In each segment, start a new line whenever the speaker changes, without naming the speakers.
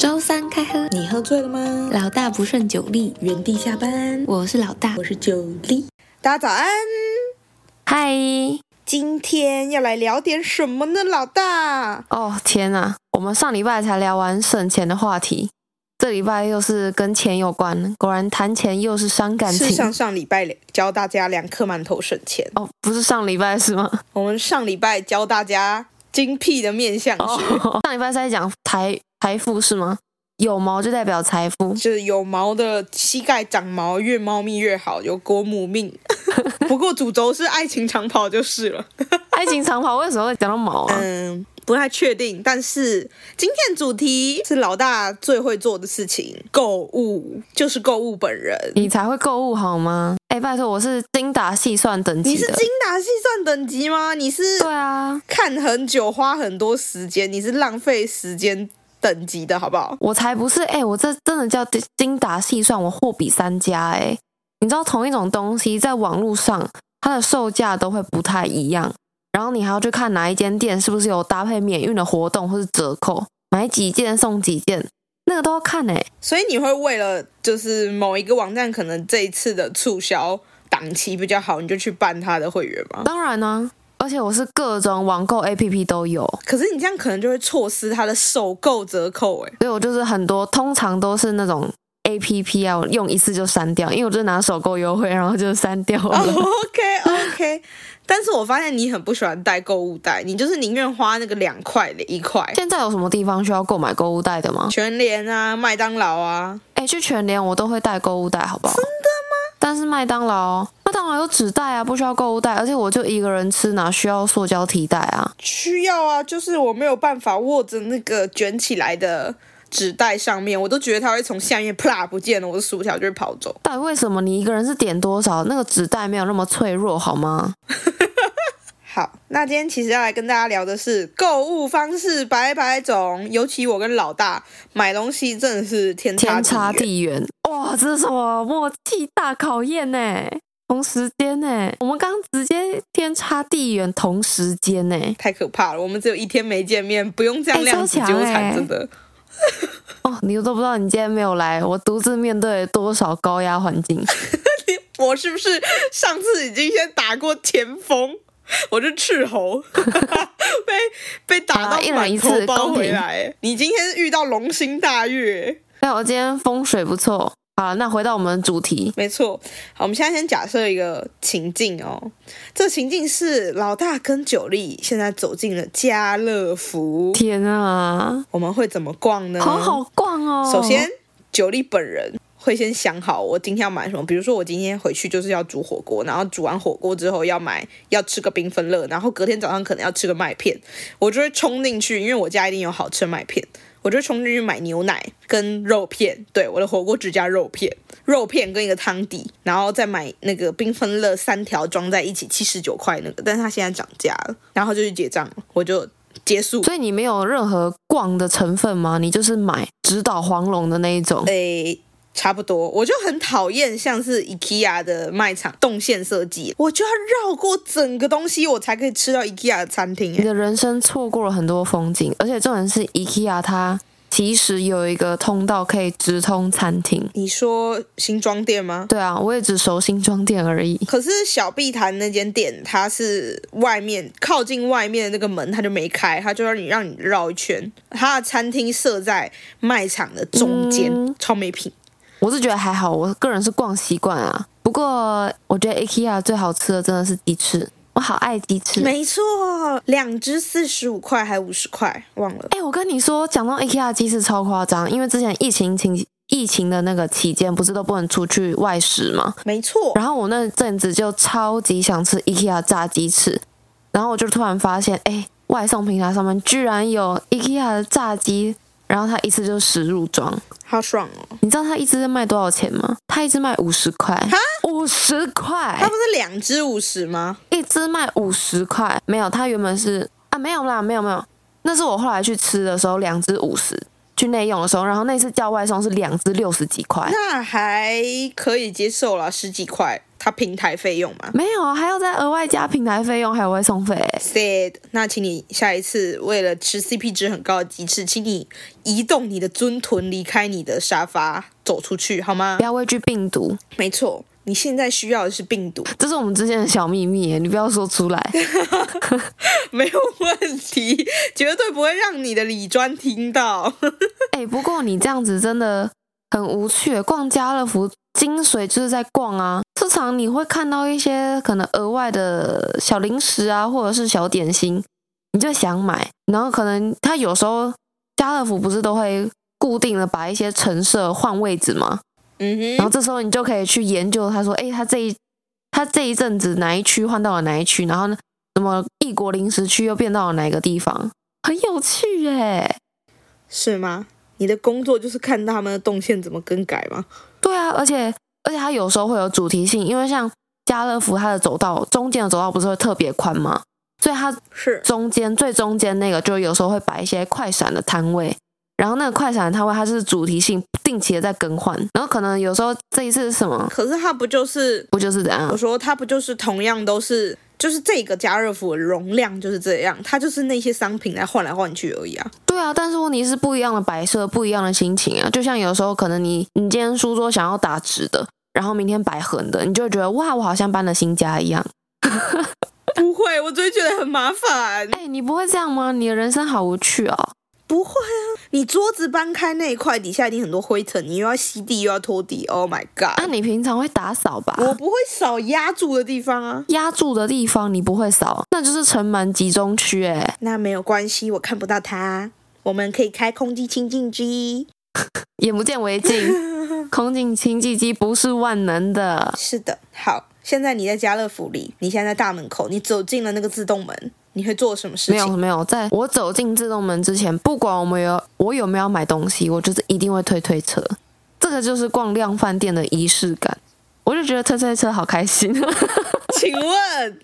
周三开喝，
你喝醉了吗？
老大不顺酒力，
原地下班，
我是老大
我。是九力。大家早安，
嗨，
今天要来聊点什么呢？老大，
哦天呐，我们上礼拜才聊完省钱的话题，这礼拜又是跟钱有关，果然谈钱又是伤感
是上
情。
上礼拜教大家两颗馒头省钱，
哦，不是上礼拜是吗？
我们上礼拜教大家精辟的面相
哦
学，，
上礼拜是在讲财财富是吗？有毛就代表财富，
就是有毛的膝盖长毛，越茂密越好，有国母命。 不过主轴是爱情长跑就是了。
爱情长跑为什么会讲到毛啊？
嗯，不太确定，但是今天的主题是老大最会做的事情——购物，就是购物本人。
你才会购物好吗？哎，拜托，我是精打细算等
你
级
是
的。
精打细算等级吗？你是
对啊，
看很久，花很多时间，你是浪费时间等级的好不好？
我才不是哎、我这真的叫精精打细算，我货比三家哎、你知道同一种东西在网络上，它的售价都会不太一样，然后你还要去看哪一间店是不是有搭配免运的活动或是折扣，买几件送几件，那个都要看哎、
所以你会为了就是某一个网站可能这一次的促销档期比较好，你就去办他的会员吗？
当然呢、而且我是各种网购 APP 都有，
可是你这样可能就会错失他的首购折扣、欸，哎，
所以我就是很多通常都是那种 APP 啊，我用一次就删掉，因为我就拿首购优惠，然后就删掉了。
OK OK，但是我发现你很不喜欢带购物袋，你就是宁愿花那个两块的一块，
现在有什么地方需要购买购物袋的吗？
全联啊、麦当劳啊，
哎、去全联我都会带购物袋，好不好？真的吗？但是麦当劳，麦当劳有纸袋啊，不需要购物袋，而且我就一个人吃，哪需要塑胶提袋啊？
需要啊，就是我没有办法握着那个卷起来的纸袋上面，我都觉得它会从下面啪不见了，我的薯条就会跑走。
但为什么你一个人是点多少？那个纸袋没有那么脆弱，好吗？
好，那今天其实要来跟大家聊的是购物方式百百种，尤其我跟老大买东西真的是天差地
天差
远。
地远，哇，这是什么默契大考验呢、同时间呢、我们刚直接天差地远，同时间呢、
太可怕了！我们只有一天没见面，不用这样
哎
量
超
子
强
纠缠，
哎
真的。
哦，你都不知道你今天没有来，我独自面对多少高压环境。
我是不是上次已经先打过前锋？我是斥候， 被被打
好
到
啦一人
满
一
头
次
包
公
回
平
来。你今天遇到龙心大悦，
但我今天风水不错。好了，那回到我们的主题，
没错。好，我们现在先假设一个情境哦，这个情境是老大跟九力现在走进了家乐福，
天啊，
我们会怎么逛呢？
好好逛哦！
啊首先，九力本人会先想好我今天要买什么。比如说，我今天回去就是要煮火锅，然后煮完火锅之后要买要吃个缤纷乐，然后隔天早上可能要吃个麦片，我就会冲进去，因为我家一定有好吃的麦片，我就会冲进去买牛奶跟肉片。对，我的火锅只加肉片，肉片跟一个汤底，然后再买那个缤纷乐三条装在一起七十九块那个，但是它现在涨价了，然后就去结账了，我就结束。
所以你没有任何逛的成分吗？你就是买直捣黄龙的那一种。
诶，差不多，我就很讨厌像是 IKEA 的卖场动线设计，我就要绕过整个东西，我才可以吃到 IKEA 的餐厅、欸
你
诶，
的人生错过了很多风景，而且重点是 IKEA 它其实有一个通道可以直通餐厅。
你说新庄店吗？
对啊，我也只熟新庄店而已。
可是小碧潭那间店，它是外面靠近外面的那个门，它就没开，它就让你让你绕一圈。它的餐厅设在卖场的中间，
嗯
超没品。
我是觉得还好，我个人是逛习惯啊。不过我觉得 IKEA 最好吃的真的是鸡翅，我好爱鸡翅。
没错，两只四十五块还五十块，忘了。
哎、我跟你说，讲到 IKEA 鸡翅超夸张，因为之前疫情期疫情的那个期间，不是都不能出去外食嘛？
没错，
然后我那阵子就超级想吃 IKEA 炸鸡翅，然后我就突然发现，哎、外送平台上面居然有 IKEA 的炸鸡，然后它一次就十入装。
好爽哦！
你知道它一只卖多少钱吗？它一只卖五十块，五十块
它，不是两只五十吗？
一只卖五十块，没有，它原本是啊，没有啦，没有没有，那是我后来去吃的时候，两只五十，去内用的时候，然后那次叫外送是两只六十几块，
那还可以接受啦，十几块。它平台费用吗
没有啊，还要再额外加平台费用，还有外送费欸。
？Sad，那请你下一次为了吃 CP 值很高的鸡翅，请你移动你的尊臀，离开你的沙发，走出去好吗
不？要畏惧病毒，
没错，你现在需要的是病毒，
这是我们之间的小秘密欸，你不要说出来。
没有问题，绝对不会让你的李专听到。
哎、不过你这样子真的很无趣欸。逛家乐福精髓就是在逛啊，通常你会看到一些可能额外的小零食啊，或者是小点心，你就想买。然后可能他有时候家乐福不是都会固定的把一些陈设换位置吗？
嗯
然
哼
后，这时候你就可以去研究，他说，哎、他这一他这一阵子哪一区换到了哪一区，然后呢，什么异国零食区又变到了哪一个地方，很有趣哎、
是吗？你的工作就是看他们的动线怎么更改吗？
对啊，而且而且它有时候会有主题性，因为像家乐福它的走道中间的走道不是会特别宽吗？所以它
是
中间最中间那个就有时候会摆一些快闪的摊位，然后那个快闪的摊位它是主题性定期的在更换，然后可能有时候这一次是什么
可是它不就是
不就是怎样啊
我？说它不就是同样都是，就是这个家乐福的容量就是这样，它就是那些商品来换来换去而已啊。
对啊，但是问题是不一样的摆设，不一样的心情啊。就像有时候可能你你今天书桌想要打直的，然后明天摆横的，你就会觉得哇，我好像搬了新家一样。
不会，我只会觉得很麻烦。
哎，你不会这样吗？你的人生好无趣哦。
不会啊，你桌子搬开那一块底下一定很多灰尘，你又要吸地又要拖地。Oh my
那、
god！
啊你平常会打扫吧？
我不会扫压住的地方啊。
压住的地方你不会扫，那就是尘螨集中区哎、
那没有关系，我看不到它。我们可以开空气清净机。
眼不见为净。空净清净机不是万能的，
是的，好。现在你在家乐福里，你现在在大门口，你走进了那个自动门，你会做什么事
没有
情？
没有，在我走进自动门之前，不管我们有我有没有买东西，我就是一定会推推车。这个就是逛量饭店的仪式感，我就觉得推推车好开心。
请问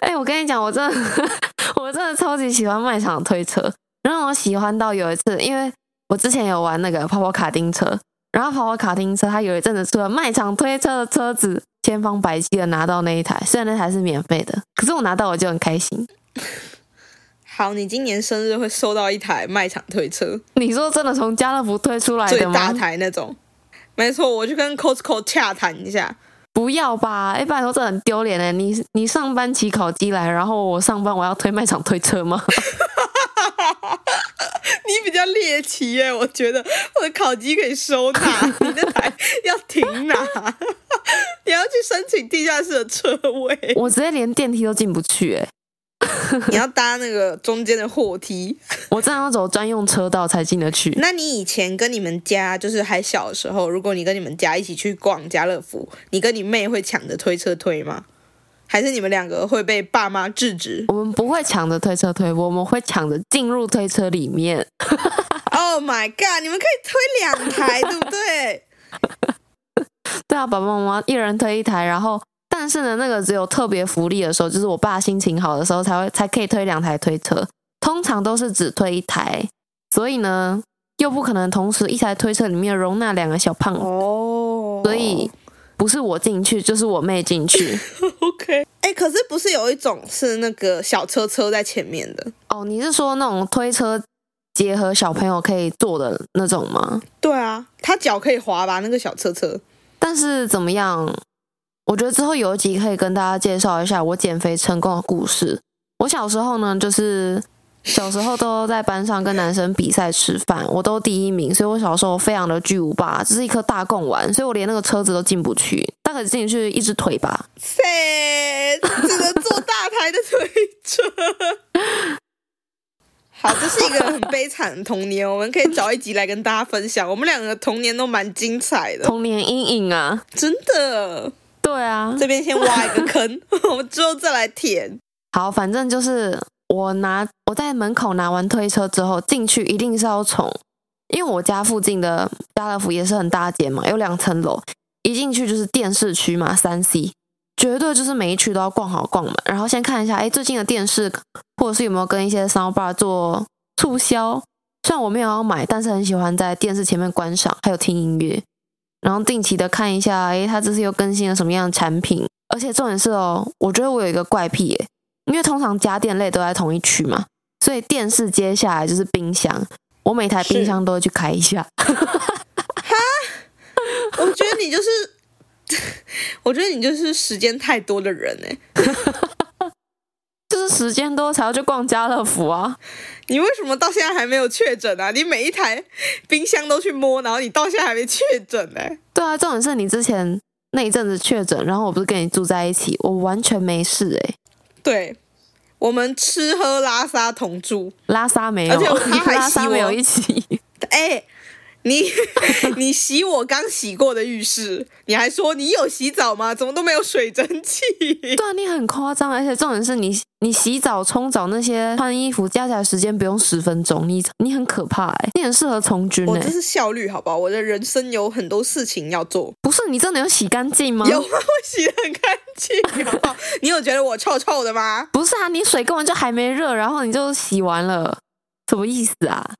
哎、我跟你讲，我真的， 我真的超级喜欢卖场推车，然后我喜欢到有一次，因为我之前有玩那个跑跑卡丁车，然后跑跑卡丁车它有一阵子出了卖场推车的车子，千方百计的拿到那一台，虽然那台是免费的，可是我拿到我就很开心。
好，你今年生日会收到一台卖场推车，
你说真的从家乐福推出来
最
的
大
哎吗？
台那种。没错，我去跟 Costco 洽谈一下。
不要吧！哎、拜托，这很丢脸哎！你你上班骑烤鸡来，然后我上班我要推卖场推车吗？
你比较猎奇耶，我觉得我的烤鸡可以收纳，你那台要停哪？ 你要去申请地下室的车位，
我直接连电梯都进不去哎！
你要搭那个中间的货梯。
我真的要走专用车道才进得去。
那你以前跟你们家，就是还小的时候，如果你跟你们家一起去逛家乐福，你跟你妹会抢着推车推吗？还是你们两个会被爸妈制止？
我们不会抢着推车推，我们会抢着进入推车里面。
Oh my god！你们可以推两台，对不对？
对啊，爸爸妈妈一人推一台，然后但是呢，那个只有特别福利的时候，就是我爸心情好的时候才会才可以推两台推车，通常都是只推一台，所以呢，又不可能同时一台推车里面容纳两个小胖 子，
哦
所以不是我进去就是我妹进去。
OK，哎、可是不是有一种是那个小车车在前面的？
哦，你是说那种推车结合小朋友可以坐的那种吗？
对啊，他脚可以滑吧？那个小车车
但是怎么样？我觉得之后有一集可以跟大家介绍一下我减肥成功的故事。我小时候呢，就是小时候都在班上跟男生比赛吃饭，我都第一名，所以我小时候非常的巨无霸，这是一颗大贡丸，所以我连那个车子都进不去，大概进去一只腿吧。
塞，只能坐大台的推 车。好，这是一个很悲惨的童年，我们可以找一集来跟大家分享。我们两个童年都蛮精彩的，
童年阴影啊，
真的。
对啊，
这边先挖一个坑， 我们之后再来填。
好，反正就是我拿我在门口拿完推车之后进去，一定是要从，因为我家附近的家乐福也是很大间嘛，有两层楼，一进去就是电视区嘛，三 C，绝对就是每一区都要逛好逛嘛，然后先看一下，哎，最近的电视或者是有没有跟一些 sound bar 做促销。虽然我没有要买，但是很喜欢在电视前面观赏，还有听音乐。然后定期的看一下，诶，它这次又更新了什么样的产品。而且重点是哦，我觉得我有一个怪癖耶，因为通常家电类都在同一区嘛，所以电视接下来就是冰箱，我每台冰
是
箱都会去开一下。
我觉得你就是， 我觉得你就是时间太多的人哎、
就是时间多才要去逛家乐福啊。
你为什么到现在还没有确诊啊？你每一台冰箱都去摸，然后你到现在还没确诊欸呢、
对啊，重点是你之前那一阵子确诊，然后我不是跟你住在一起，我完全没事欸诶、
对，我们吃喝拉撒同住，
拉撒没有，
而且 我他还
拉
洗
撒
我
没有一起。
哎、你 你洗我刚洗过的浴室，你还说你有洗澡吗？怎么都没有水蒸气？
对啊，你很夸张，而且重点是你你洗澡、冲澡那些穿衣服加起来时间不用十分钟，你你很可怕诶、你很适合从军欸
我
诶、
这是效率，好不好？我的人生有很多事情要做，
不是你真的有洗干净吗？
有吗？我洗的很干净，好不好？你有觉得我臭臭的吗？
不是啊，你水根本就还没热，然后你就洗完了，什么意思啊？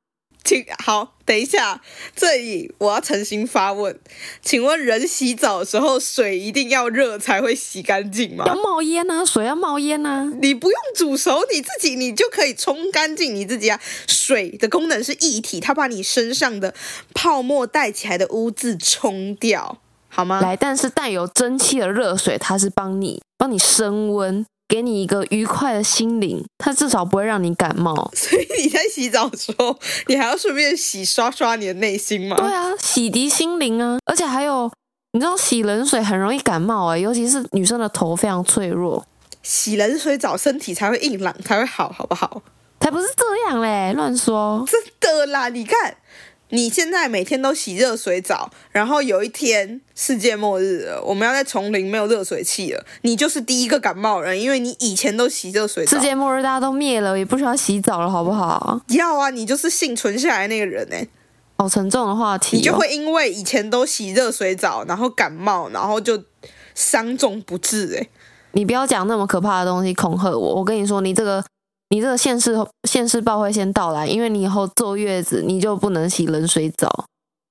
请好，等一下，这里我要诚心发问，请问人洗澡的时候水一定要热才会洗干净
要
吗？
冒烟啊，水要冒烟啊。
你不用煮熟你自己，你就可以冲干净你自己啊！水的功能是一体，它把你身上的泡沫带起来的污渍冲掉，好吗？
来，但是带有蒸汽的热水，它是帮你帮你升温，给你一个愉快的心灵，它至少不会让你感冒。
所以你在洗澡的时候，你还要顺便洗刷刷你的内心吗？
对啊，洗涤心灵啊，而且还有，你知道洗冷水很容易感冒哎、尤其是女生的头非常脆弱，
洗冷水澡，身体才会硬朗，才会好，好不好？
才不是这样嘞，乱说。
真的啦，你看，你现在每天都洗热水澡，然后有一天世界末日了，我们要在丛林没有热水器了，你就是第一个感冒人，因为你以前都洗热水澡
世。界末日大家都灭了，也不需要洗澡了，好不好？
要啊，你就是幸存下来那个人呢、欸
好沉重的话题、哦，
你就会因为以前都洗热水澡，然后感冒，然后就伤重不治哎、
你不要讲那么可怕的东西恐吓我。我跟你说，你这个你这个现世现世报会先到来，因为你以后坐月子你就不能洗冷水澡，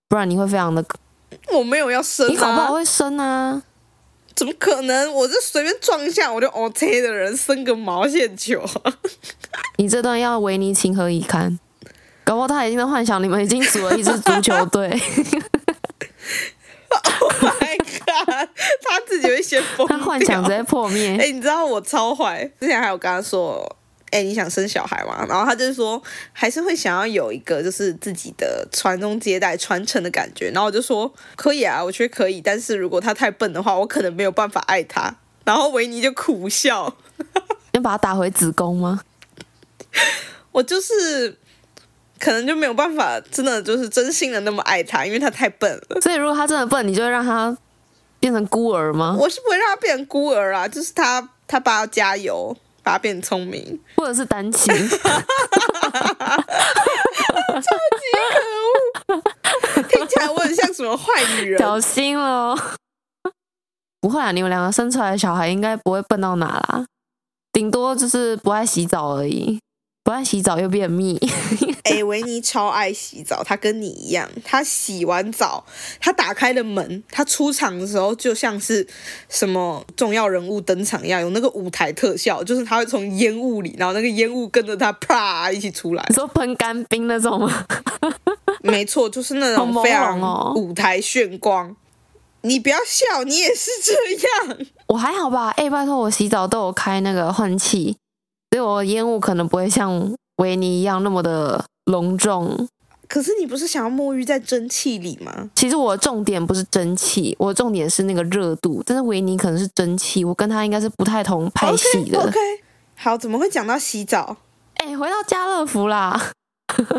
不然你会非常的，
啊我没有要生
你搞不好
啊，
会生啊。
怎么可能？我这随便撞一下我就 OK 的人，生个毛线球啊！
你这段要维尼情何以堪？搞不好他已经在幻想你们已经组了一支足球 队，
Oh my god！他自己会先疯掉。
他幻想直接破
哎、
灭。
你知道我超坏，之前还有跟他说，哎、你想生小孩吗？然后他就说，还是会想要有一个就是自己的传宗接代、传承的感觉。然后我就说，可以啊，我觉得可以，但是如果他太笨的话，我可能没有办法爱他。然后维尼就苦笑，
你把他打回子宫吗？
我就是可能就没有办法，真的就是真心的那么爱他，因为他太笨了。
所以如果他真的笨，你就会让他变成孤儿吗？
我是不会让他变成孤儿啊，就是他他爸要加油，把他变聪明。
或者是单亲？
听起来我很像什么坏女人？啊
小心喽！ 不会啊，你们两个生出来的小孩应该不会笨到哪啦，顶多就是不爱洗澡而已，不爱洗澡又便秘。
哎、维尼超爱洗澡，他跟你一样，他洗完澡，他打开了门，他出场的时候就像是什么重要人物登场一样，有那个舞台特效，就是他会从烟雾里，然后那个烟雾跟着他啪一起出来
你。说喷干冰那种 吗？
没错，就是那
好
种
朦
非
胧哦
常舞台炫光。你不要笑，你也是这样。
我还好吧，哎、拜托我洗澡都有开那个换气，所以我烟雾可能不会像维尼一样那么的隆重。
可是你不是想要沐浴在蒸汽里吗？
其实我的重点不是蒸汽，我的重点是那个热度，但是维尼可能是蒸汽，我跟他应该是不太同派系的。
OK，, 好，怎么会讲到洗澡？
哎、回到家乐福啦。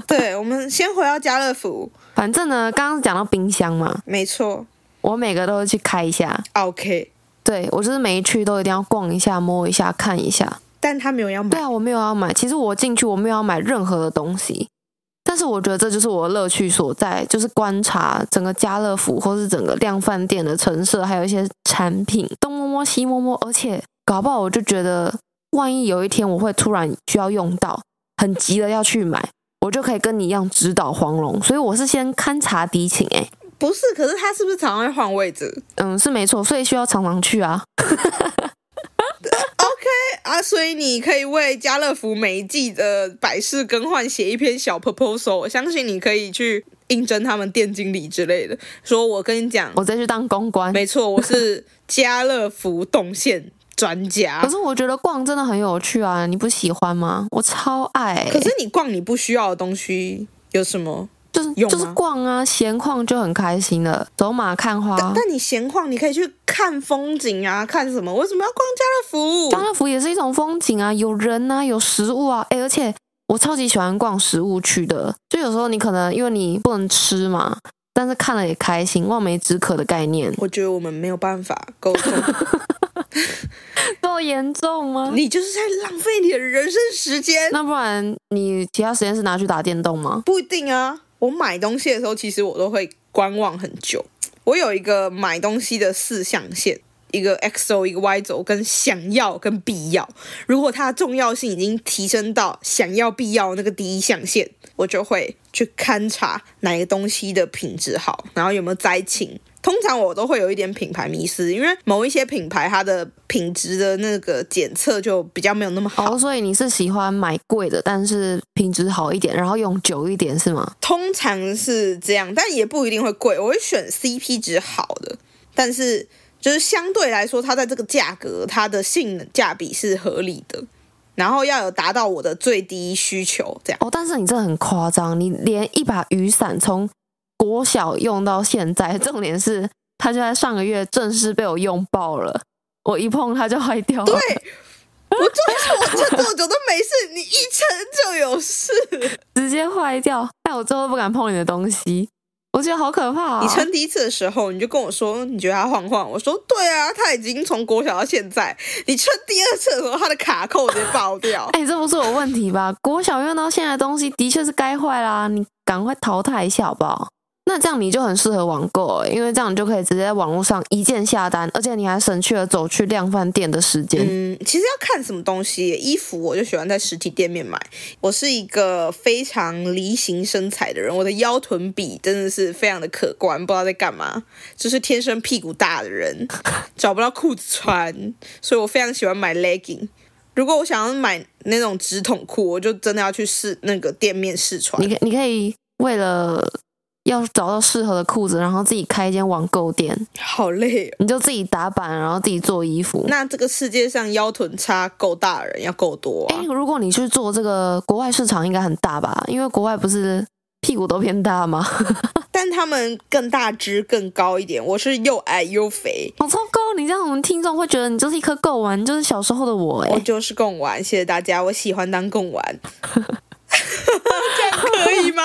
对，我们先回到家乐福，
反正呢，刚刚讲到冰箱嘛，
没错。
我每个都会去开一下。
OK，
对我就是每一区都一定要逛一下、摸一下、看一下。
但他没有要
对
买，
啊，我没有要买，其实我进去我没有要买任何的东西，但是我觉得这就是我的乐趣所在，就是观察整个家乐福或是整个量贩店的陈设，还有一些产品，东摸摸西摸摸，而且搞不好我就觉得，万一有一天我会突然需要用到，很急的要去买，我就可以跟你一样指导黄龙，所以我是先勘察敌情、欸，
不是，可是他是不是常常会换位置
嗯，是没错，所以需要常常去啊。
啊？所以你可以为家乐福每一季的百事更换写一篇小 proposal，我相信你可以去应征他们店经理之类的。说我跟你讲，
我再去当公关。
没错，我是家乐福动线专家
可。是我觉得逛真的很有趣啊，你不喜欢吗？我超爱、
可是你逛你不需要的东西有什么？
就是
有吗
就是逛啊，闲逛就很开心了，走马看花。
但你闲逛，你可以去看风景啊，看什么？为什么要逛家乐福？
家乐福也是一种风景啊，有人啊，有食物啊，哎，而且我超级喜欢逛食物区的，就有时候你可能因为你不能吃嘛，但是看了也开心，望梅止渴的概念，
我觉得我们没有办法沟通，
够严重吗？
你就是在浪费你的人生时间。
那不然你其他时间是拿去打电动吗？
不一定啊，我买东西的时候，其实我都会观望很久。我有一个买东西的四象限，一个 X 轴，一个 Y 轴，跟想要跟必要。如果它的重要性已经提升到想要必要那个第一象限，我就会去勘察哪个东西的品质好，然后有没有灾情。通常我都会有一点品牌迷失，因为某一些品牌它的品质的那个检测就比较没有那么好
哦，。所以你是喜欢买贵的，但是品质好一点，然后用久一点是吗？
通常是这样，但也不一定会贵。我会选 CP 值好的，但是就是相对来说，它在这个价格，它的性能价比是合理的，然后要有达到我的最低需求，这样。
哦，但是你这很夸张，你连一把雨伞从国小用到现在， 重点是它就在上个月正式被我用爆了，我一碰它就坏掉了。
对，我就是我这多久都没事，你一撑就有事。
直接坏掉，但我最后不敢碰你的东西，我觉得好可怕、哦。
你撑第一次的时候，你就跟我说你觉得它晃晃，我说对啊，它已经从国小到现在。你撑第二次的时候，它的卡扣直接爆 掉。
哎、这不是我问题吧？国小用到现在的东西的确是该坏啦，你赶快淘汰一下好不好？那这样你就很适合网购、欸，因为这样你就可以直接在网络上一键下单，而且你还省去了走去量贩店的时间。
嗯，其实要看什么东西耶，衣服我就喜欢在实体店面买。我是一个非常梨形身材的人，我的腰臀比真的是非常的可观，不知道在干嘛，就是天生屁股大的 人，找不到裤子穿，所以我非常喜欢买 legging。如果我想要买那种直筒裤，我就真的要去试那个店面试穿。
你可你可以为了要找到适合的裤子，然后自己开一间网购店，
好累、哦。
你就自己打版，然后自己做衣服。
那这个世界上腰臀差够大的人要够多
哎、
啊。
如果你去做这个国外市场，应该很大吧？因为国外不是屁股都偏大吗？
但他们更大只、更高一点，我是又矮又肥，
好糟糕！你这样我们听众会觉得你就是一颗贡丸，你就是小时候的我哎、
我就是贡丸，谢谢大家，我喜欢当贡丸，这样可以吗？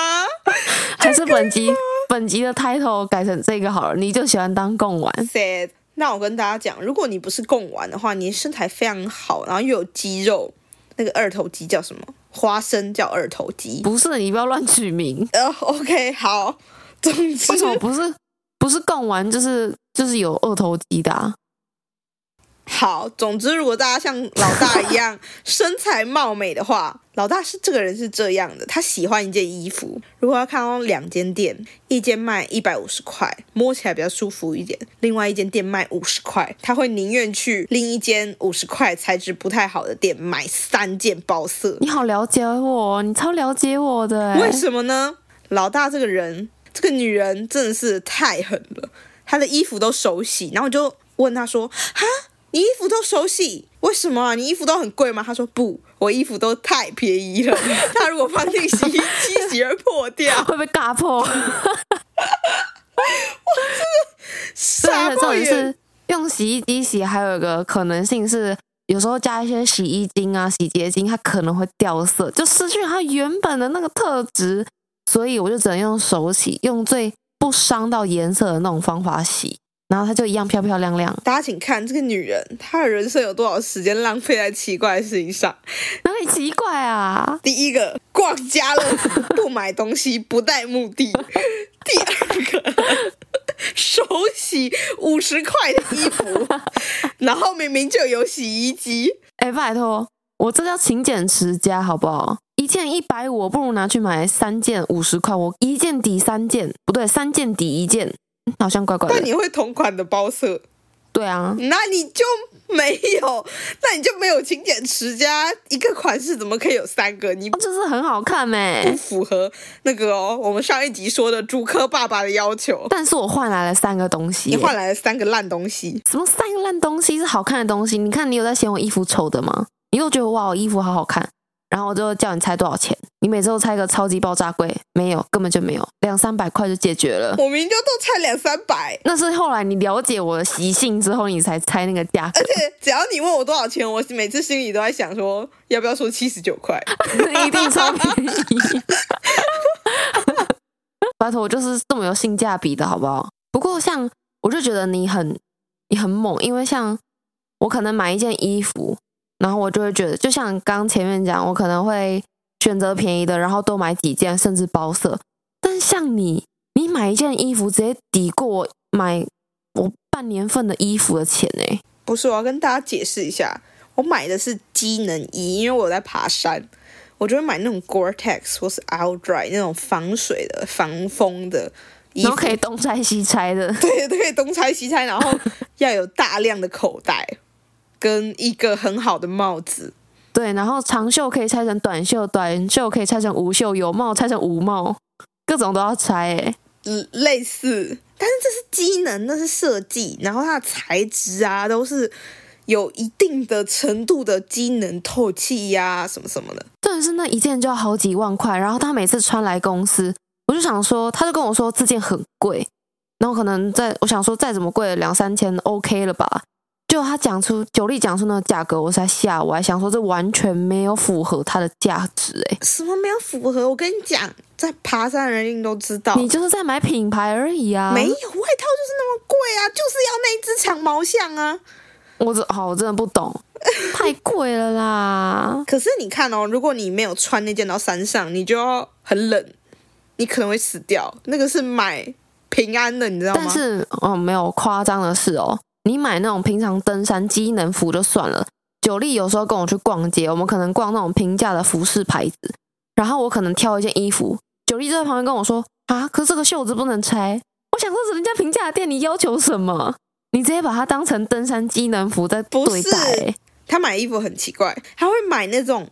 还是本集本集的 title 改成这个好了，你就喜欢当贡丸。
sad。那我跟大家讲，如果你不是贡丸的话，你身材非常好，然后又有肌肉，那个二头肌叫什么？花生叫二头肌。
不是，你不要乱取名。
呃，OK，好，总之
为什么不是不是贡丸，就是就是有二头肌的、啊？
好，总之如果大家像老大一样身材貌美的话，老大是这个人是这样的，他喜欢一件衣服，如果要看到两间店，一间卖一百五十块，摸起来比较舒服一点，另外一间店卖五十块，他会宁愿去另一间五十块材质不太好的店买三件包色。
你好了解我，你超了解我的、欸。
为什么呢？老大这个人，这个女人真的是太狠了，她的衣服都手洗，然后我就问她说：“哈，你衣服都手洗，为什么啊？你衣服都很贵吗？”她说：“不，我衣服都太便宜了， 她如果放进洗衣机洗而破 掉，
会被尬破？对，
傻
而且重
爆
点
眼。
是用洗衣机洗，还有一个可能性是，有时候加一些洗衣精啊、洗洁精，它可能会掉色，就失去它原本的那个特质。所以我就只能用手洗，用最不伤到颜色的那种方法洗，然后它就一样漂漂亮亮”。
大家请看这个女人，她的人生有多少时间浪费在奇怪的事情上？
哪里奇怪啊？
第一个，逛家乐福 不买东西，不带目的；第二个，手洗五十块的衣 服，然后明明就有洗衣机。
哎，拜托，我这叫勤俭持家，好不好？一件一百五，我不如拿去买三件五十块，我一件抵三件，不对，三件抵一件，嗯好像怪怪
但
的。
你会同款的包色，
对啊，
那你就没有，那你就没有勤俭持家。一个款式怎么可以有三个？你
哦就是很好看欸没、
不符合那个哦，我们上一集说的主科爸爸的要求。
但是我换来了三个东西、
你
耶
换来了三个烂东 西，
什么三个烂东西是好看的东西？你看你有在嫌我衣服丑的吗？你又觉得哇，我衣服好好看，然后我就叫你猜多少钱，你每次都猜个超级爆炸贵，没有，根本就没有，两三百块就解决了。
我明明就都差两三百，
那是后来你了解我的习性之后，你才猜那个价格
而。且只要你问我多少钱，我每次心里都在想说，要不要说七十九块？
一定超便宜。 拜托，我就是这么有性价比的好不好？不过像我就觉得你很你很猛，因为像我可能买一件衣服，然后我就会觉得，就像刚前面讲，我可能会选择便宜的，然后多买几件，甚至包色。但像你，你买一件衣服直接抵过我买我半年份的衣服的钱哎、
不是，我要跟大家解释一下，我买的是机能衣，因为我有在爬山，我就会买那种 Gore-Tex 或是 Outdry 那种防水的、防风的衣
然
服
后，可以东拆西拆的。
对，都可以东拆西拆，然后要有大量的口袋跟一个很好的帽子。
对，然后长袖可以拆成短袖，短袖可以拆成无袖，有帽拆成无帽，各种都要拆欸诶。
嗯类似，但是这是机能，那是设计，然后它的材质啊都是有一定的程度的机能透气呀、什么什么的。
真的是那一件就要好几万块，然后他每次穿来公司，我就想说，他就跟我说这件很贵，然后可能在我想说再怎么贵两三千 OK 了吧，就他讲出九力讲出那个价格，我才吓，我还想说这完全没有符合它的价值欸诶。
什么没有符合？我跟你讲，在爬山的人一定都知道，
你就是在买品牌而已啊，
哦没有外套就是那么贵啊，就是要那一只长毛象啊。
我这好我真的不懂，太贵了啦。
可是你看哦，如果你没有穿那件到山上，你就要很冷，你可能会死掉。那个是买平安的，你知道吗？
但是哦，没有夸张的是哦，你买那种平常登山机能服就算了，九力有时候跟我去逛街，我们可能逛那种平价的服饰牌子，然后我可能挑一件衣服，九力就在旁边跟我说啊，可是这个袖子不能拆。我想说，人家平价的店，你要求什么？你直接把它当成登山机能服在
不
对
是
待、欸
他买衣服很奇怪，他会买那种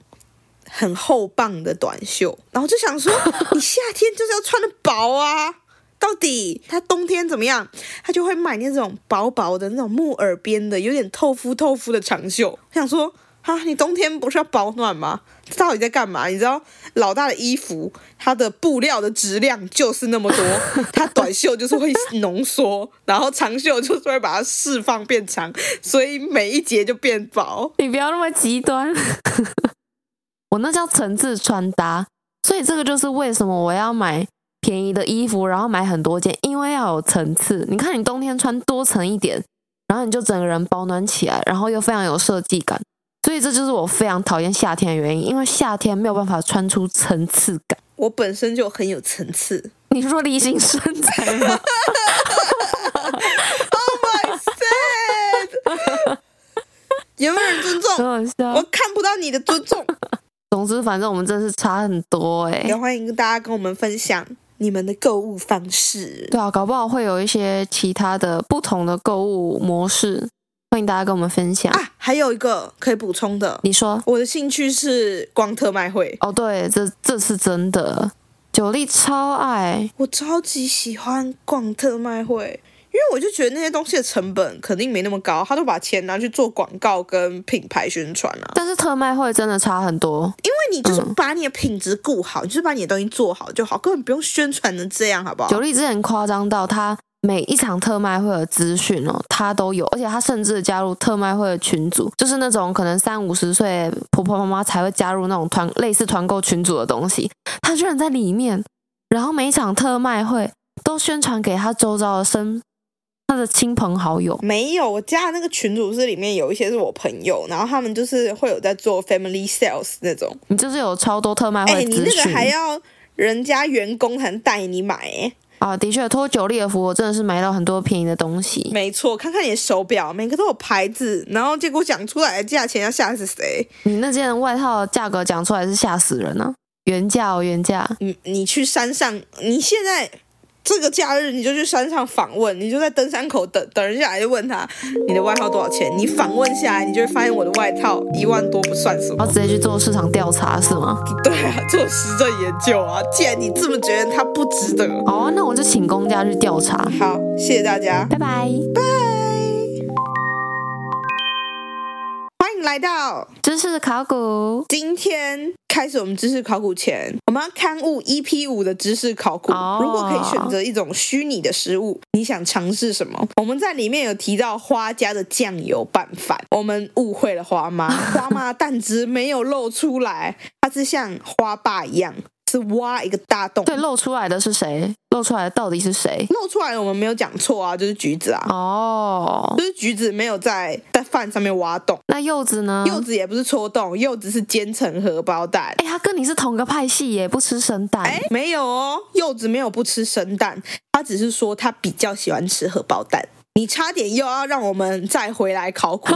很厚棒的短袖，然后就想说，你夏天就是要穿的薄啊。到底他冬天怎么样？他就会买那种薄薄的那种木耳边的，有点透肤透肤的长袖。我想说，哈，你冬天不是要保暖吗？这到底在干嘛？你知道老大的衣服，它的布料的质量就是那么多，它短袖就是会浓缩，然后长袖就是会把它释放变长，所以每一节就变薄。
你不要那么极端。 我那叫层次穿搭，所以这个就是为什么我要买便宜的衣服，然后买很多件，因为要有层次。你看，你冬天穿多层一点，然后你就整个人保暖起来，然后又非常有设计感。所以这就是我非常讨厌夏天的原因，因为夏天没有办法穿出层次感。
我本身就很有层次。
你是说例行身材吗？
Oh 有没有人尊
很
重？
好笑。
我看不到你的尊重。
总之，反正我们真的是差很多哎、
也欢迎大家跟我们分享你们的购物方式。
对啊，搞不好会有一些其他的不同的购物模式，欢迎大家跟我们分享。
啊，还有一个可以补充的，
你说
我的兴趣是逛特卖会，
哦，对，这这是真的，九力超爱，
我超级喜欢逛特卖会。因为我就觉得那些东西的成本肯定没那么高，他都把钱拿去做广告跟品牌宣传啊。
但是特卖会真的差很多。
因为你就是
嗯
把你的品质顾好，你就是把你的东西做好就好，根本不用宣传成这样，好不好？
九力之前夸张到他每一场特卖会的资讯哦，他都有，而且他甚至加入特卖会的群组，就是那种可能三五十岁婆婆妈妈才会加入那种团类似团购群组的东西，他居然在里面，然后每一场特卖会都宣传给他周遭的生他的亲朋好友。
没有，我加的那个群组是里面有一些是我朋友，然后他们就是会有在做 family sales 那种。
你就是有超多特卖
哎、
啊会的
你
资
那个
讯、
还要人家员工才能带你买、哎，
啊，的确托九力的福，我真的是买到很多便宜的东西。
没错，看看你的手表，每个都有牌子，然后结果讲出来的价钱要吓死谁？
你那件外套的价格讲出来是吓死人呢、啊，原价哦，原价。
你你去山上，你现在这个假日你就去山上访问，你就在登山口等等人下来，就问他你的外号多少钱。你访问下来，你就会发现我的外套一万多不算什么。
然后直接去做市场调查是吗？
对啊，做实证研究啊。既然你这么觉得，它不值得。
好啊，那我就请公假去调查。
好，谢谢大家，
拜拜。
欢迎来到
知识考古
今天开始我们知识考古前，我们要刊物 EP 五的知识考古。
哦
如果可以选择一种虚拟的食物，你想尝试什么？我们在里面有提到花家的酱油拌饭，我们误会了花妈，花妈的蛋汁没有露出来，它是像花爸一样，是挖一个大洞。
对，露出来的是谁？露出来的到底是谁？
露出来我们没有讲错啊，就是橘子啊，
哦，
就是橘子没有在在饭上面挖洞，
那柚子呢？
柚子也不是戳洞，柚子是煎成荷包蛋。
哎、他跟你是同个派系耶，不吃生蛋。
哎，没有哦，柚子没有不吃生蛋，他只是说他比较喜欢吃荷包蛋。你差点又要让我们再回来考 古，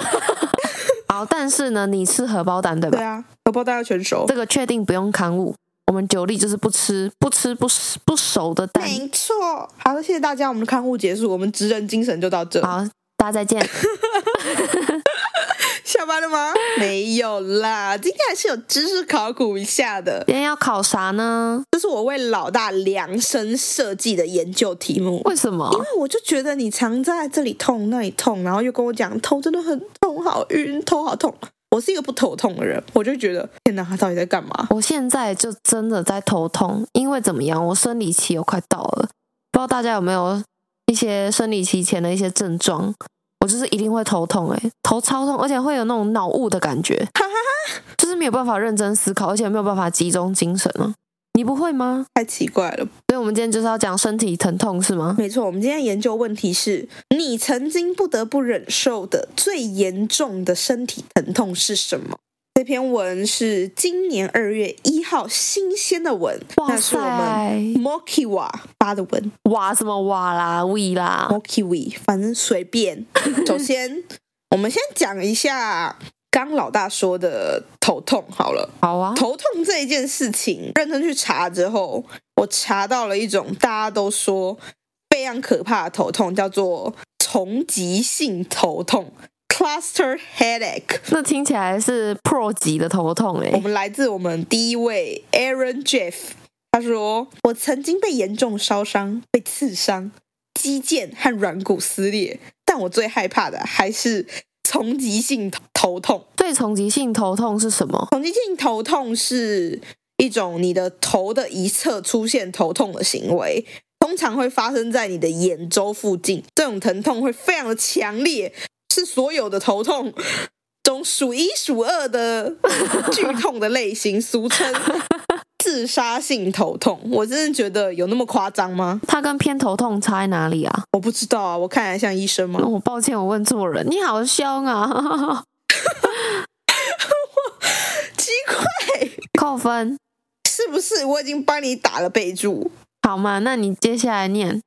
好，哦但是呢，你吃荷包蛋对吧？
对啊，荷包蛋要全熟
这，个确定不用刊物。我们九力就是不吃不吃不熟不熟的蛋。
没错。好了，谢谢大家，我们的刊物结束，我们职人精神就到这，
好，大家再见。
下班了 吗？没有啦，今天还是有知识考古一下的，
今天要考啥呢？
这是我为老大量身设计的研究题目。
为什么？
因为我就觉得你常在这里痛那里痛，然后又跟我讲头真的很痛，好晕，头好痛。我是一个不头痛的人，我就觉得天哪，他到底在干嘛？
我现在就真的在头痛，因为怎么样，我生理期又快到了，不知道大家有没有一些生理期前的一些症状？我就是一定会头痛、欸，头超痛，而且会有那种脑雾的感觉，就是没有办法认真思考，而且没有办法集中精神啊。你不会吗？
太奇怪了。
所以我们今天就是要讲身体疼痛是吗？
没错，我们今天研究问题是你曾经不得不忍受的最严重的身体疼痛是什么？这篇文是今年二月一号新鲜的文，
哇
那是我们
塞，
Mokiwa 发的文。
哇什么哇啦喂啦
o k i w i 反正随便。首先，我们先讲一下刚老大说的头痛好了。
好啊，
头痛这一件事情，认真去查之后，我查到了一种大家都说非常可怕的头痛，叫做重集性头痛 （cluster headache）。
那听起来是 Pro 级的头痛哎、
我们来自我们第一位 Aaron Jeff，他说：“我曾经被严重烧伤、被刺伤、肌腱和软骨撕裂，但我最害怕的还是重击性头痛。
对冲击性头痛是什么？
重击性头痛是一种你的头的一侧出现头痛的行为。”通常会发生在你的眼周附近，这种疼痛会非常的强烈，是所有的头痛中数一数二的剧痛的类型，俗称自杀性头痛。我真的觉得有那么夸张吗？
它跟偏头痛差在哪里啊？
我不知道啊，我看起来像医生吗？
我抱歉，我问错人。你好凶啊！
奇怪，
扣分。
是不是我已经帮你打了备注？
好嘛，那你接下来念。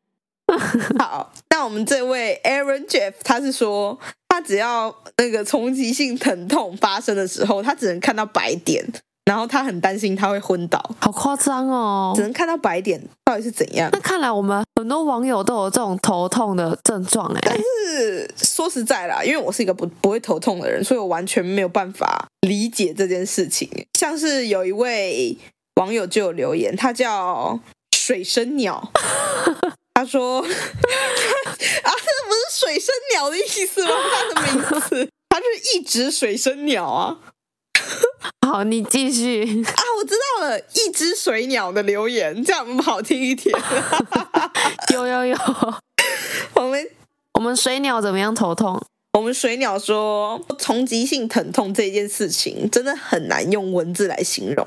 好，那我们这位 Aaron Jeff 他是说，他只要那个冲击性疼痛发生的时候，他只能看到白点，然后他很担心他会昏倒，
好夸张哦
只！能看到白点，到底是怎样？
那看来我们很多网友都有这种头痛的症状哎、
是说实在啦，因为我是一个不不会头痛的人，所以我完全没有办法理解这件事情。像是有一位网友就有留言，他叫水生鸟，他说啊，这不是水生鸟的意思吗？他的名字，他是一只水生鸟啊
好，你继续。
啊！我知道了，一只水鸟的留言，这样我们好听一点。
有有有，
我们
我们水鸟怎么样头痛？
我们水鸟说，重击性疼痛这件事情真的很难用文字来形容，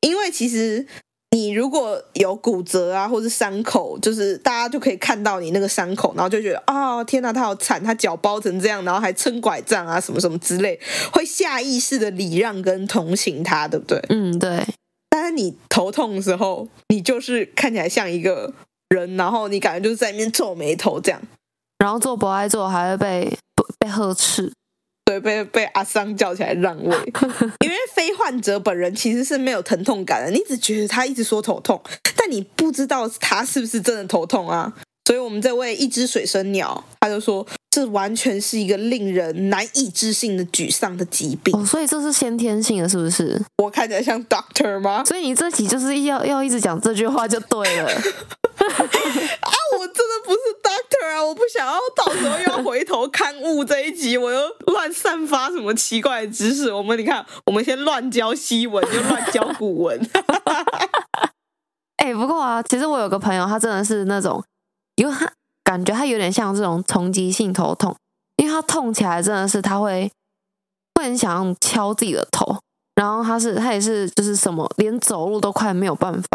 因为其实你如果有骨折啊，或是伤口，就是大家就可以看到你那个伤口，然后就觉得啊、天哪，他好惨，他脚包成这样，然后还撑拐杖啊，什么什么之类，会下意识的礼让跟同情他，对不对？
嗯，对，
但是你头痛的时候，你就是看起来像一个人，然后你感觉就是在那边皱眉头这样。
然后做不爱做还会被被被呵斥。
对，被被阿桑叫起来让位，因为非患者本人其实是没有疼痛感的，你只觉得他一直说头痛，但你不知道他是不是真的头痛啊。所以我们这位一只水生鸟，他就说这完全是一个令人难以置信的沮丧的疾病。
哦，所以这是先天性的，是不是？
我看起来像 doctor 吗？
所以你这集就是要要一直讲这句话就对了。
啊，我真的不是 doctor 啊！我不想要到时候又要回头刊物这一集，我又乱散发什么奇怪的知识。我们你看，我们先乱教西文，又乱教古文。
哎、不过啊，其实我有个朋友，他真的是那种有他感觉他有点像这种冲击性头痛，因为他痛起来真的是他会会很想要敲自己的头，然后他是他也是就是什么连走路都快没有办法，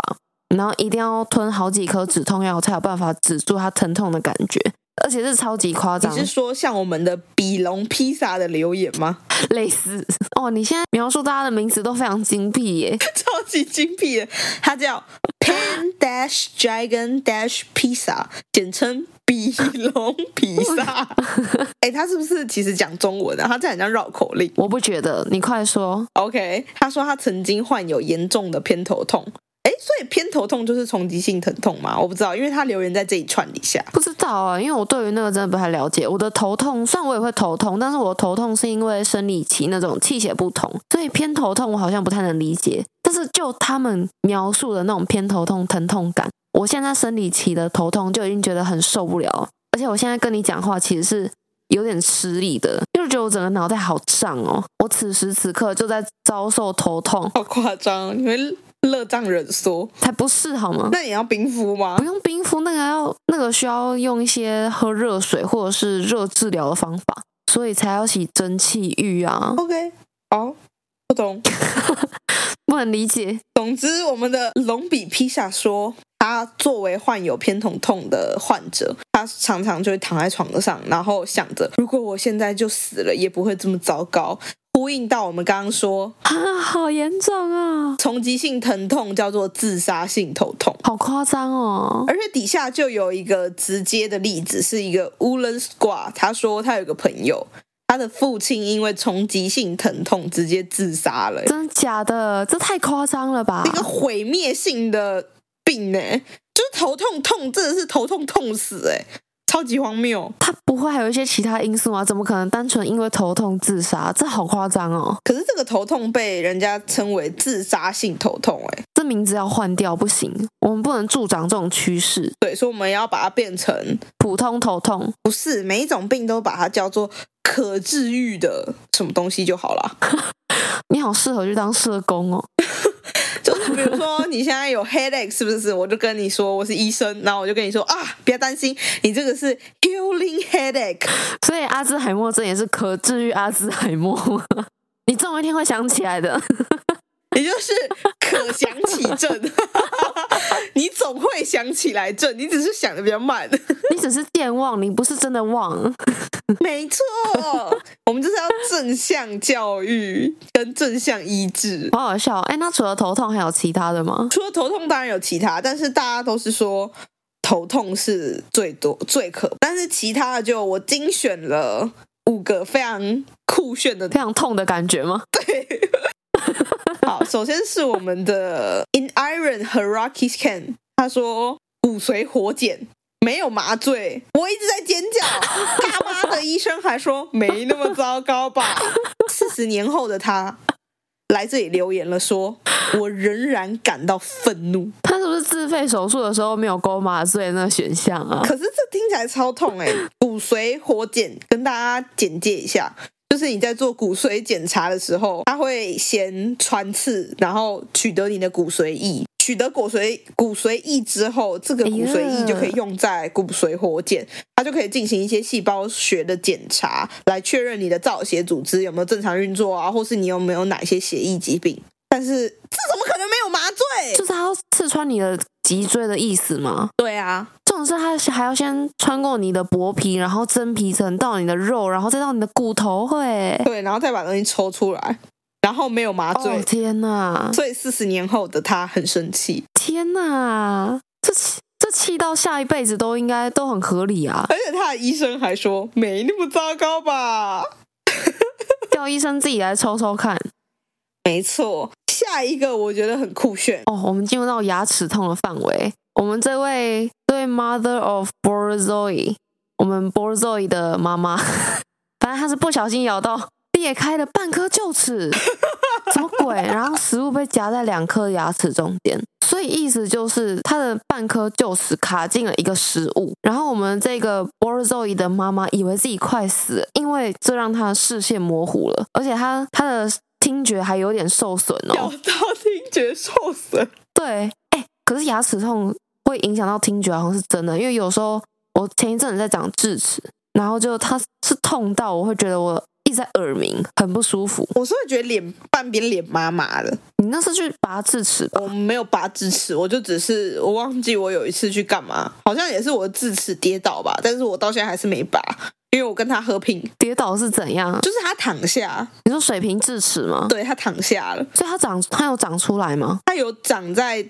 然后一定要吞好几颗止痛药才有办法止住他疼痛的感觉，而且是超级夸
你
张，
是说像我们的比龙披萨的留言吗？
类似哦。你现在描述大家的名字都非常精辟耶，
超级精辟的，它叫 Pan Dash Dragon Dash Pizza，简称比龙披萨。 哎、他是不是其实讲中文啊？他这很像绕口令。
我不觉得，你快说，
OK，他说他曾经患有严重的偏头痛。哎，所以偏头痛就是冲击性疼痛吗？我不知道，因为他留言在这一串底下。
不知道啊，因为我对于那个真的不太了解。我的头痛，虽然我也会头痛，但是我的头痛是因为生理期那种气血不同，所以偏头痛我好像不太能理解。但是就他们描述的那种偏头痛疼痛感，我现在生理期的头痛就已经觉得很受不了，而且我现在跟你讲话其实是有点吃力的，就是觉得我整个脑袋好胀哦。我此时此刻就在遭受头痛，
好夸张，你们热胀冷缩。
才不是好吗？
那你要冰敷吗
不？用冰敷，那个要那个需要用一些喝热水或者是热治疗的方法，所以才要洗蒸汽浴啊。
OK，好，不懂。
不能理解，
总之，我们的隆比披萨说，他作为患有偏头痛的患者，他常常就会躺在床上，然后想着，如果我现在就死了，也不会这么糟糕。呼应到我们刚刚说，
啊，好严重啊，
冲击性疼痛叫做自杀性头痛。
好夸张哦。
而且底下就有一个直接的例子，是一个 Ulan Squad，他说他有个朋友，他的父亲因为冲击性疼痛直接自杀了，
真的假的？这太夸张了吧
一！哎个毁灭性的病呢、就是头痛痛，真的是头痛痛死哎、超级荒谬。
他不会还有一些其他因素吗？怎么可能单纯因为头痛自杀？这好夸张哦！
可是这个头痛被人家称为自杀性头痛哎、
这名字要换掉不行，我们不能助长这种趋势。
对，所以我们要把它变成
普通头痛，
不是每一种病都把它叫做可治愈的什么东西就好了。
你好适合去当社工哦。
就是比如说你现在有 headache 是不是？我就跟你说我是医生，然后我就跟你说啊，不要担心，你这个是 healing headache。
所以阿兹海默症也是可治愈阿兹海默 吗，你总有一天会想起来的。
也就是可想起症， 你总会想起来症，你只是想的比较慢。
你只是健忘，你不是真的忘。
没错，我们就是要正向教育跟正向医治。
好好笑哦。哎，那除了头痛还有其他的吗？
除了头痛，当然有其他，但是大家都是说头痛是最多最可，但是其他的就我精选了五个非常酷炫的
非常痛的感觉吗？
好，首先是我们的 In Iron Hierarchy Scan，他说骨髓活检。没有麻醉，我一直在尖叫。大妈的医生还说没那么糟糕吧。四十年后的他来这里留言了说，我仍然感到愤怒。
他是不是自费手术的时候没有勾麻醉那个选项啊？
可是这听起来超痛哎、 骨髓活检跟大家简介一下，就是你在做骨髓检查的时候，它会先穿刺，然后取得你的骨髓液。取得骨髓骨髓液之后，这个骨髓
哎
液
呀
就可以用在骨髓活检，它就可以进行一些细胞学的检查，来确认你的造血组织有没有正常运作啊，或是你有没有哪些血液疾病。但是这怎么可能没有麻
就
醉？
是他要刺穿你的脊椎的意思吗？
对啊，
这种是他还要先穿过你的薄皮，然后真皮层到你的肉，然后再到你的骨头会。
对，然后再把东西抽出来，然后没有麻醉，
哦天哪！
所以四十年后的他很生气，
天哪！这气这气到下一辈子都应该都很合理啊。
而且他的医生还说没那么糟糕吧。
叫医生自己来抽抽看。
没错，下一个我觉得很酷炫，
哦，我们进入到牙齿痛的范围。我们这位这位 mother of Borzoi，我们 Borzoi 的妈妈，反正她是不小心咬到裂开了半颗臼齿，什么鬼？然后食物被夹在两颗牙齿中间，所以意思就是她的半颗臼齿卡进了一个食物。然后我们这个 Borzoi 的妈妈以为自己快死了，因为这让她的视线模糊了，而且她她的听觉还有点受损哦，
咬到听觉受损。
对，哎、可是牙齿痛会影响到听觉，好啊像是真的。因为有时候我前一阵子在长智齿，然后就它是痛到我会觉得我一直在耳鸣，很不舒服。
我是会觉得脸半边脸麻麻的，
你那次去拔智齿吧？
我没有拔智齿，我就只是我忘记我有一次去干嘛，好像也是我的智齿跌倒吧，但是我到现在还是没拔，因为我跟他和平，
跌倒是怎样？
就是他躺下，
你说水平智齿吗？
对他躺下了，
所以它长，它有长出来吗？
他有长在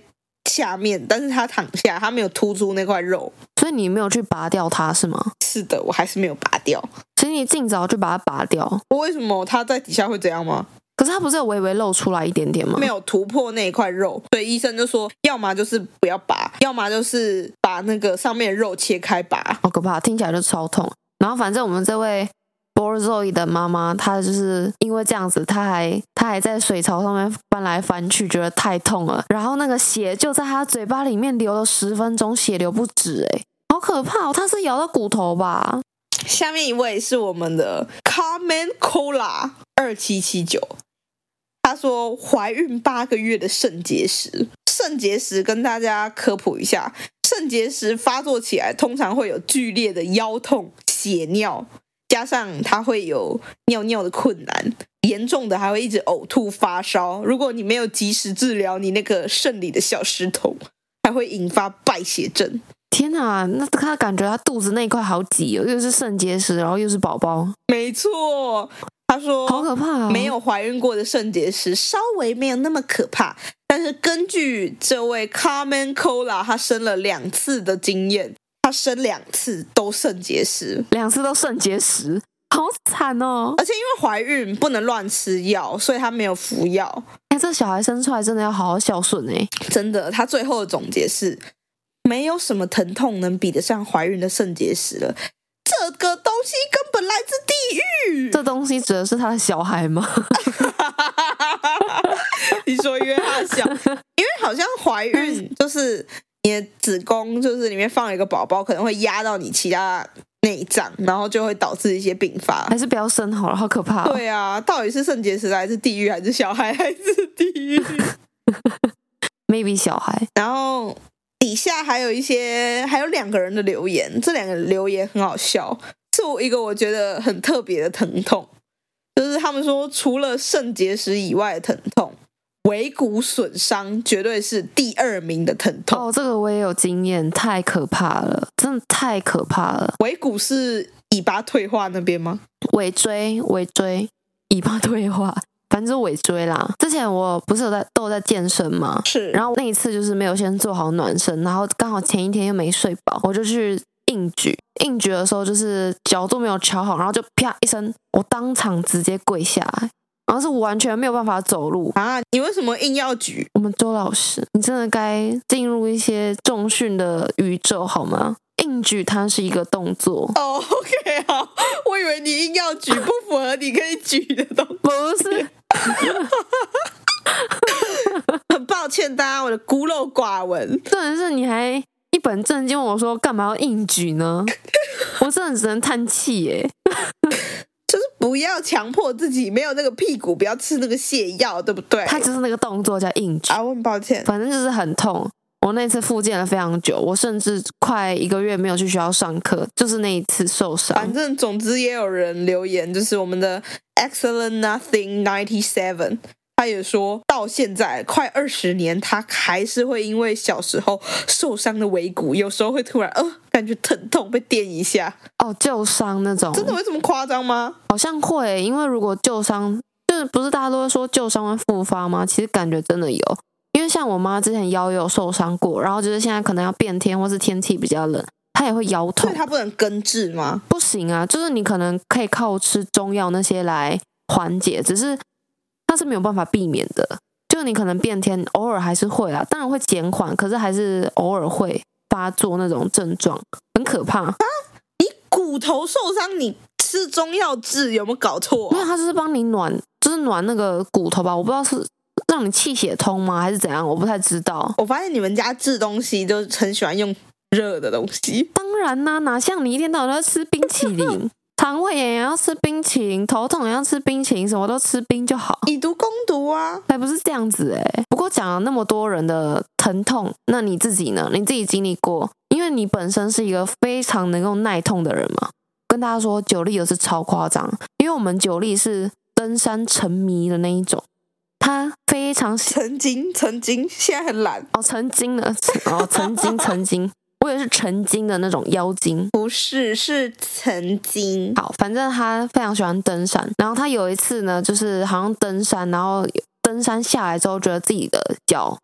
下面，但是他躺下，他没有突出那块肉。
所以你没有去拔掉它是吗？
是的，我还是没有拔掉。
所以你尽早就把它拔掉。
我为什么他在底下会这样吗？
可是它不是有微微露出来一点点吗？
没，有突破那一块肉，所以医生就说，要么就是不要拔，要么就是把那个上面的肉切开拔。
好可怕，听起来就超痛。然后反正我们这位 Borzoi 的妈妈，她就是因为这样子，她还她还在水槽上面翻来翻去，觉得太痛了。然后那个血就在她嘴巴里面流了十分钟，血流不止、哎，好可怕、哦！她是咬到骨头吧？
下面一位是我们的 Carmen Cola 二七七九，他说怀孕八个月的肾结石，肾结石跟大家科普一下，肾结石发作起来通常会有剧烈的腰痛、血尿，加上它会有尿尿的困难，严重的还会一直呕吐、发烧。如果你没有及时治疗，你那个肾里的小石头还会引发败血症。
天哪，那她感觉她肚子那一块好挤哦，又是肾结石，然后又是宝宝，
没错，他说
好可怕、哦！
没有怀孕过的肾结石稍微没有那么可怕，但是根据这位 Carmen Cola 她生了两次的经验，她生两次都肾结石，
两次都肾结石，好惨哦！
而且因为怀孕不能乱吃药，所以她没有服药。
哎、这小孩生出来真的要好好孝顺哎、
真的，她最后的总结是：没有什么疼痛能比得上怀孕的肾结石了，这个东西根本来自地狱。
这东西指的是他的小孩吗？
你说约翰小，因为好像怀
嗯
孕就是你的子宫就是里面放了一个宝宝，可能会压到你其他内脏，然后就会导致一些并发
还。是不要生好了，好可怕、哦。
对啊，到底是肾结石还是地狱，还是小孩还是地狱？
，maybe 小孩
然后底下还有一些，还有两个人的留言，这两个留言很好笑，是我一个我觉得很特别的疼痛，就是他们说除了肾结石以外的疼痛，尾骨损伤绝对是第二名的疼痛。
哦，这个我也有经验，太可怕了，真的太可怕了。
尾骨是尾巴退化那边吗？
尾椎，尾椎，尾巴退化，反正就是尾椎啦。之前我不是有在都有在健身吗？
是然
然
后
后那一次就是没有先做好暖身，然后刚好前一天又没睡饱，我就去硬举。硬举的时候就是角度没有调好，然后就啪一声，我当场直接跪下来，然后是完全没有办法走路。
啊，你为什么硬要举？
我们周老师，你真的该进入一些重训的宇宙好吗？硬举它是一个动作，
哦、o k 好，我以为你硬要举不符合你可以举的东西。
不是
很抱歉大家，我的孤陋寡闻。
重点是你还一本正经问我说干嘛要硬 举呢？我真的只能叹气耶。
就是不要强迫自己，没有那个屁股，不要吃那个泻药，对不对？
它就是那个动作叫硬举，
啊，我很抱歉。
反正就是很痛。我那次复健了非常久，我甚至快一个月没有去学校上课，就是那一次受伤
反。正总之也有人留言，就是我们的 Excellent Nothing Ninety Seven，他也说到现在快二十年，他还是会因为小时候受伤的尾骨，有时候会突然呃感觉疼痛，被电一下，
哦，旧伤那种，
真的会这么夸张吗？
好像会，因为如果旧伤，就是不是大家都会说旧伤会复发吗？其实感觉真的有，因为像我妈之前腰也有受伤过，然后就是现在可能要变天或是天气比较冷，她也会腰
所
痛
以。它不能根治吗？
不行啊，就是你可能可以靠吃中药那些来缓解，只是它是没有办法避免的。就你可能变天，偶尔还是会啦，当然会减缓，可是还是偶尔会发作那种症状，很可怕。
你骨头受伤，你吃中药治有没有搞错、
没有，
啊？
它就是帮你暖，就是暖那个骨头吧。我不知道是让你气血通吗，还是怎样，我不太知道。
我发现你们家治东西都很喜欢用热的东西，
当然啦、哪像你一天到晚都在吃冰淇淋， 肠胃炎也要吃冰淇淋，头痛也要吃冰淇淋，什么都吃冰就好。
以毒攻毒啊！
才不是这样子哎、不过讲了那么多人的疼痛，那你自己呢？你自己经历过，因为你本身是一个非常能够耐痛的人嘛。跟大家说，九力有是超夸张，因为我们九力是登山沉迷的那一种，他非常喜
曾经，曾经，现在很懒，
哦，曾经的哦，曾经曾经，我也是曾经的那种妖精。
不是，是曾经。
好，反正他非常喜欢登山，然后他有一次呢，就是好像登山，然后登山下来之后，觉得自己的脚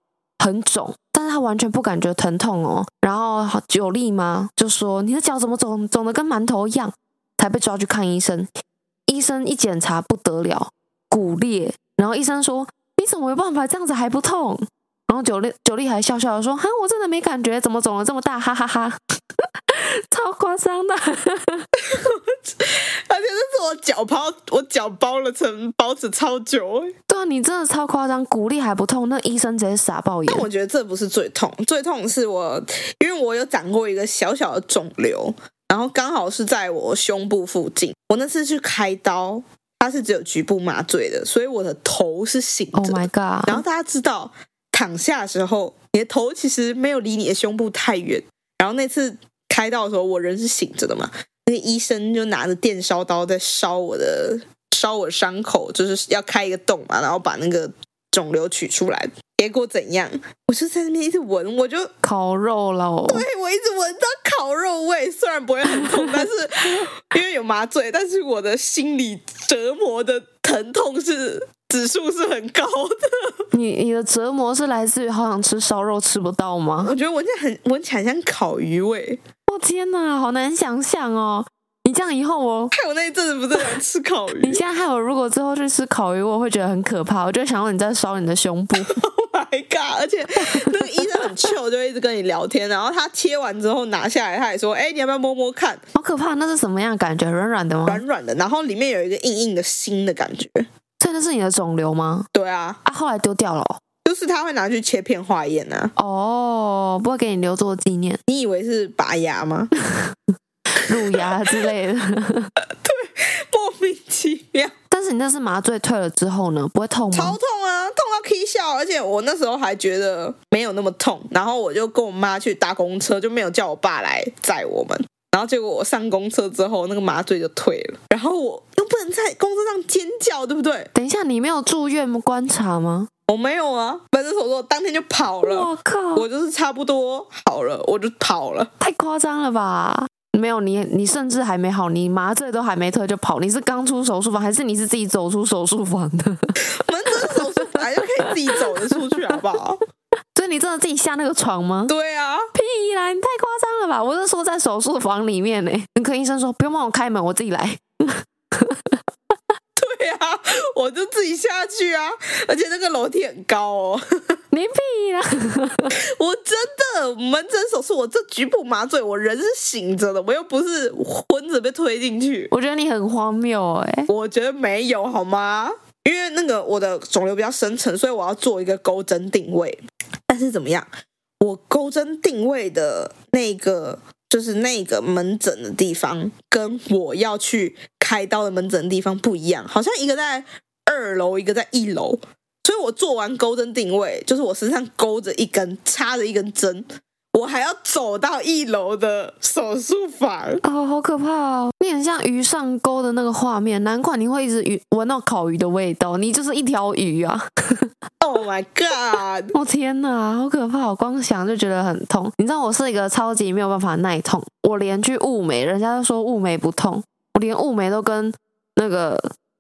很肿，但是他完全不感觉疼痛哦。然后九力妈就说：“你的脚怎么肿肿的跟馒头一样？”才被抓去看医生。医生一检查不得了，骨裂。然后医生说：“你怎么有办法这样子还不痛？”然后九力九力还笑笑的说：“哈，我真的没感觉，怎么肿了这么大？哈哈哈 超夸张的。
而且这是我脚包，我脚包了层包子超久。欸
对啊，你真的超夸张，骨裂还不痛，那医生直接傻爆眼
但。我觉得这不是最痛，最痛的是我，因为我有长过一个小小的肿瘤，然后刚好是在我胸部附近。我那次去开刀，它是只有局部麻醉的，所以我的头是醒着
Oh
的。
my
然
god！
后大家知道，躺下的时候，你的头其实没有离你的胸部太远。然后那次开刀的时候，我人是醒着的嘛，那个医生就拿着电烧刀在烧我的烧我伤口，就是要开一个洞嘛，然后把那个肿瘤取出来。结果怎样？我就在那边一直闻，我就
烤肉喽，
对我一直闻到烤肉味，虽然不会很痛，但是因为有麻醉，但是我的心理折磨的疼痛是指数是很高的。
你你的折磨是来自于好想吃烧肉吃不到吗？
我觉得闻起来很闻起来像烤鱼味。
我、天哪，好难想象哦！你这样以后我，
害我那一阵子不是很想吃烤鱼
你现在害我，如果之后去吃烤鱼，我会觉得很可怕，我就会想到你在烧你的胸 部。
？Oh my god！而且那个医生很 chill，就会一直跟你聊天。然后他切完之后拿下来，他也说：“哎、你要不要摸摸看？
好可怕，那是什么样的感觉？软软的吗？
软软的，然后里面有一个硬硬的心的感觉。
所以那是你的肿瘤吗”？
对啊，
啊，后来丢掉了哦
就是他会拿去切片化验啊。
哦，不会给你留作 纪念，
你以为是拔牙 吗？
乳牙之类的。
莫名其妙，
但是你那是麻醉退了之后呢？不会痛吗？
超痛啊，痛到 K 笑。而且我那时候还觉得没有那么痛，然后我就跟我妈去搭公车，就没有叫我爸来载我们。然后结果我上公车之后，那个麻醉就退了，然后我又不能在公车上尖叫，对不对？
等一下，你没有住院观察吗？
我没有啊，反正我说我当天就跑了，
我靠，
我就是差不多好了，我就跑了。
太夸张了吧！没有你，你甚至还没好，你麻醉都还没退就跑，你是刚出手术房，还是你是自己走出手术房的？
门诊手术本来哎就可以自己走得出去，好不好？
所以你真的自己下那个床吗？
对啊，
屁啦，你太夸张了吧！我是说在手术房里面呢、那科医生说不用帮我开门，我自己来。
对啊，我就自己下去啊，而且那个楼梯很高哦。
你屁啦！
我真的门诊手术，我这局部麻醉，我人是醒着的，我又不是昏着被推进去。
我觉得你很荒谬哎、
我觉得没有好吗？因为那个我的肿瘤比较深层，所以我要做一个钩针定位。但是怎么样？我钩针定位的那个就是那个门诊的地方，跟我要去开刀的门诊的地方不一样，好像一个在二楼，一个在一楼。所以我做完钩针定位，就是我身上钩着一根，插着一根针，我还要走到一楼的手术房。
哦，好可怕哦！你很像鱼上钩的那个画面，难怪你会一直鱼闻到烤鱼的味道，你就是一条鱼啊！
Oh my god！
我、哦天哪，好可怕！我光想就觉得很痛。你知道我是一个超级没有办法耐痛，我连去雾眉，人家都说雾眉不痛，我连雾眉都跟那个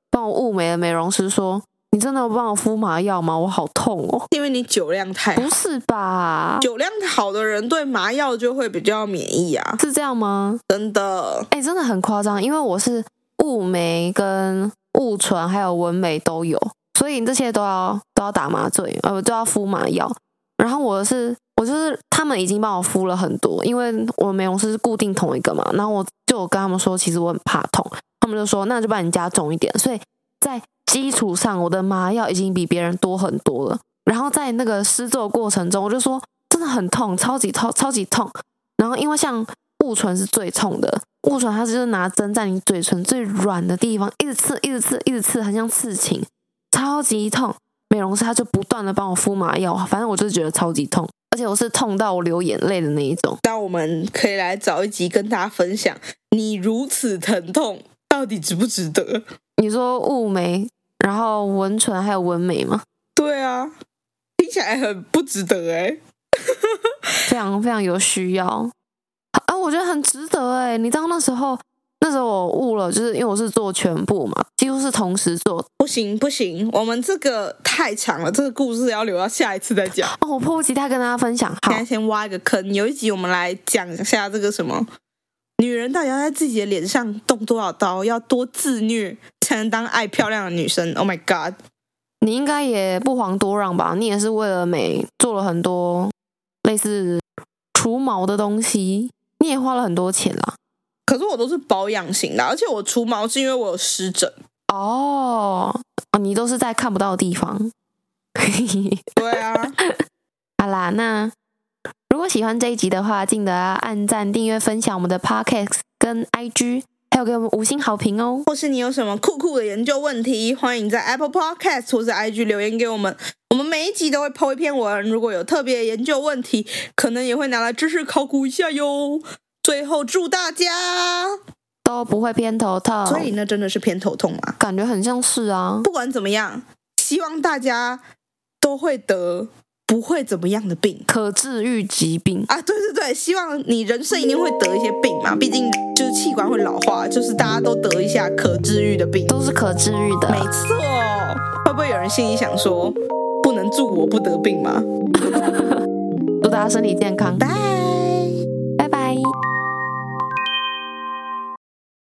帮我雾眉的美容师说：“你真的有帮我敷麻药吗？我好痛哦！”
因为你酒量太好
不是吧？
酒量好的人对麻药就会比较免疫啊，
是这样吗？
真的。
哎、真的很夸张，因为我是雾眉跟戊醇还有文美都有，所以这些都要都要打麻醉，呃，都要敷麻药。然后我是我就是他们已经帮我敷了很多，因为我美容师是固定同一个嘛，然后我就有跟他们说，其实我很怕痛，他们就说那就帮你加重一点，所以在基础上我的麻药已经比别人多很多了。然后在那个施作过程中，我就说真的很痛，超级痛，超级痛。然后因为像戊醇是最痛的，戊醇它就是拿针在你嘴唇最软的地方一直刺，一直刺，一直刺，很像刺青，超级痛。美容师他就不断的帮我敷麻药，反正我就是觉得超级痛，而且我是痛到我流眼泪的那一种。
那我们可以来找一集跟大家分享，你如此疼痛到底值不值得？
你说雾眉，然后纹唇还有纹眉吗？
对啊，听起来很不值得哎、
非常非常有需要啊，我觉得很值得哎、你知道那时候，那时候我悟了，就是因为我是做全部嘛，几乎是同时做。
不行不行，我们这个太长了，这个故事要留到下一次再讲。
哦，我迫不及待跟大家分享。好
现，在先挖一个坑，有一集我们来讲一下这个什么，女人到底要在自己的脸上动多少刀，要多自虐才能当爱漂亮的女生？Oh my god！
你应该也不遑多让吧？你也是为了美做了很多类似除毛的东西，你也花了很多钱啦。
可是我都是保养型的，而且我除毛是因为我有湿疹。
哦，哦，你都是在看不到的地方。
对啊，
好啦，那如果喜欢这一集的话，记得要按赞、订阅、分享我们的 Podcast 跟 IG，还有给我们五星好评哦。
或是你有什么酷酷的研究问题，欢迎在 Apple Podcast 或是 IG 留言给我们。我们每一集都会 PO 一篇文，如果有特别的研究问题，可能也会拿来知识考古一下哟。最后祝大家，
都不会偏头痛，
所以那真的是偏头痛吗？
感觉很像是啊。
不管怎么样，希望大家都会得不会怎么样的病
可治愈疾病，
啊！对对对，希望你人生一定会得一些病嘛，毕竟就是器官会老化，就是大家都得一下可治愈的病。
都是可治愈
没
的。
错，会不会有人心里想说，不能祝我不得病吗？
祝大家身体健康。
拜。